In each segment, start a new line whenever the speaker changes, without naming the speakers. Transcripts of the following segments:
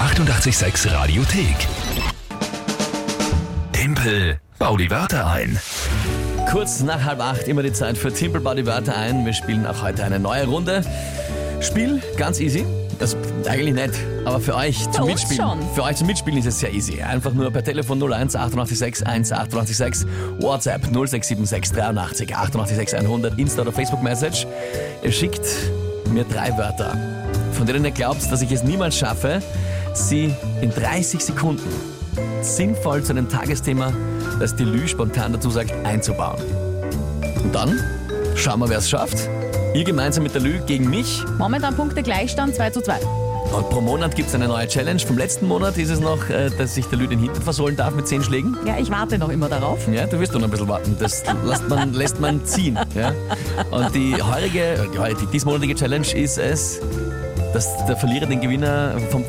886 Radiothek. Tempel, bau die Wörter ein.
Kurz nach halb acht immer die Zeit für Timpelbau die Wörter ein. Wir spielen auch heute eine neue Runde. Spiel ganz easy. Also eigentlich nicht, aber für euch zum
uns
Mitspielen.
schon.
Für euch zum Mitspielen ist es sehr easy. Einfach nur per Telefon 01 886 1886, WhatsApp 0676 83 886 100, Insta oder Facebook Message. Ihr schickt mir drei Wörter, von denen ihr glaubt, dass ich es niemals schaffe, sie in 30 Sekunden sinnvoll zu einem Tagesthema, das die Lü spontan dazu sagt, einzubauen. Und dann schauen wir, wer es schafft. Ihr gemeinsam mit der Lü gegen mich
Momentan Punkte Gleichstand 2 zu 2.
und pro Monat gibt es eine neue Challenge. Vom letzten Monat ist es noch, äh, dass sich der Lü den Hintern versohlen darf mit zehn Schlägen.
Ja, ich warte noch immer darauf.
Ja, du wirst noch ein bisschen warten. Das lässt man, lässt man ziehen. Ja? Und die heurige, äh, die, heurige- die diesmonatige Challenge ist es, dass der Verlierer den Gewinner vom,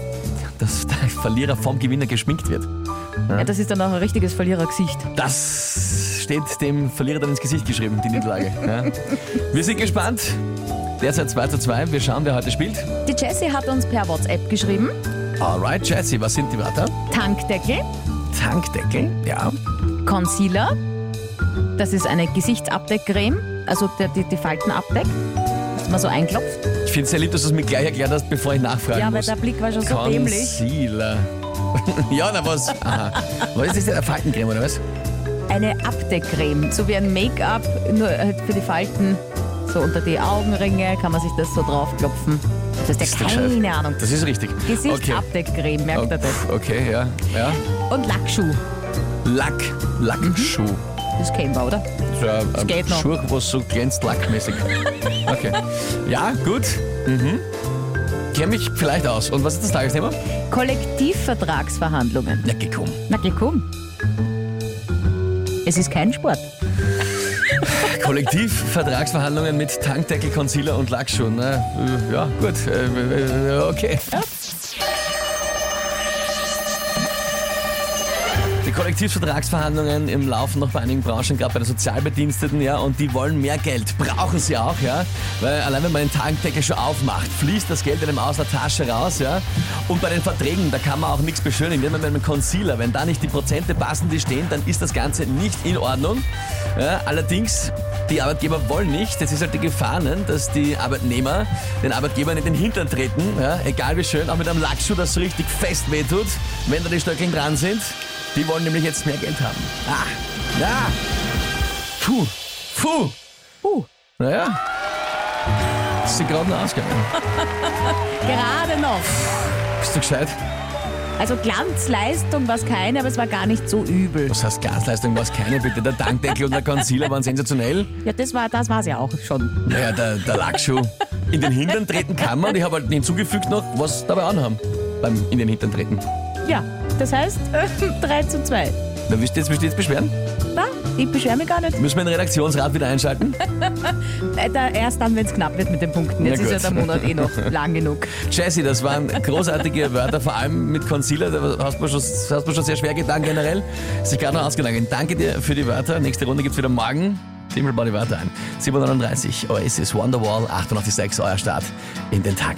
dass der Verlierer vom Gewinner geschminkt wird.
Ja, das ist dann auch ein richtiges Verlierergesicht.
Das steht dem Verlierer dann ins Gesicht geschrieben, die Niederlage. Ja. Wir sind gespannt. Derzeit 2 zu 2. Wir schauen, wer heute spielt.
Die Jessie hat uns per WhatsApp geschrieben.
Alright, Jesse, was sind die Wörter?
Tankdeckel,
Tankdeckel, ja.
Concealer. Das ist eine Gesichtsabdeckcreme, also die, die, die Falten abdeckt. dass man so einklopft.
Ich finde es sehr lieb, dass du es mir gleich erklärt hast, bevor ich nachfragen
Ja, weil
muss.
der Blick war schon so dämlich.
Concealer. ja, na was? Aha. Was ist das denn? Eine Faltencreme oder was?
Eine Abdeckcreme, so wie ein Make-up, nur halt für die Falten. So unter die Augenringe kann man sich das so draufklopfen. Das ist ja
doch
keine
gescheit.
Ahnung.
Das ist richtig.
Gesichtsabdeckcreme, merkt
Okay.
ihr das?
okay, ja. ja.
Und Lackschuh,
Lack, Lackschuh.
das kennen wir, oder?
So äh, ein, ein
geht noch.
Schuh, was so glänzt lackmäßig. Okay. Ja, gut. Mhm. Kenn mich vielleicht aus. Und was ist das Tagesthema?
Kollektivvertragsverhandlungen.
Ja, gekommen.
Na, geh, komm. Es ist kein Sport.
Kollektivvertragsverhandlungen mit Tankdeckel, Concealer und Lackschuhen. Na, äh, ja, gut. Äh, äh, Okay. Die Kollektivvertragsverhandlungen im Laufen noch bei einigen Branchen, gerade bei den Sozialbediensteten, ja, und die wollen mehr Geld. Brauchen sie auch, ja, weil allein wenn man den Tankdeckel schon aufmacht, fließt das Geld einem aus der Tasche raus, ja. Und bei den Verträgen, da kann man auch nichts beschönigen, wenn man mit einem Concealer, wenn da nicht die Prozente passen, die stehen, dann ist das Ganze nicht in Ordnung. Ja, allerdings, die Arbeitgeber wollen nicht, das ist halt die Gefahr, ne, dass die Arbeitnehmer den Arbeitgebern in den Hintern treten, ja, egal wie schön, auch mit einem Lackschuh, das so richtig fest wehtut, wenn da die Stöckeln dran sind. Die wollen nämlich jetzt mehr Geld haben. Ah, ja. Puh, puh.
Uh,
Naja. Ist die gerade noch ausgegangen.
gerade noch.
Bist du gescheit?
Also Glanzleistung war es keine, aber es war gar nicht so übel.
Das heißt, Gasleistung war es keine, bitte. Der Tankdeckel und der Concealer waren sensationell.
Ja, das war das war's ja auch schon.
Naja, der, der Lackschuh. In den Hintern treten kann man. Und ich habe halt hinzugefügt noch, was dabei anhaben. Beim in den Hintern treten.
Ja, das heißt 3 zu 2.
Wer willst du jetzt, willst du jetzt beschweren?
Na, ich beschwere mich gar nicht.
Müssen wir den Redaktionsrat wieder einschalten?
Äh, da, erst dann, wenn es knapp wird mit den Punkten.
Na
Jetzt ist
gut.
ja der Monat eh noch lang genug.
Jesse, das waren großartige Wörter, vor allem mit Concealer, da hast du mir schon, hast mir schon sehr schwer getan generell. Ist sich gerade noch ausgelangen. Danke dir für die Wörter. Nächste Runde gibt's wieder morgen. Timmelbau die Wörter ein. 739 Oasis Wonderwall 886 euer Start in den Tag.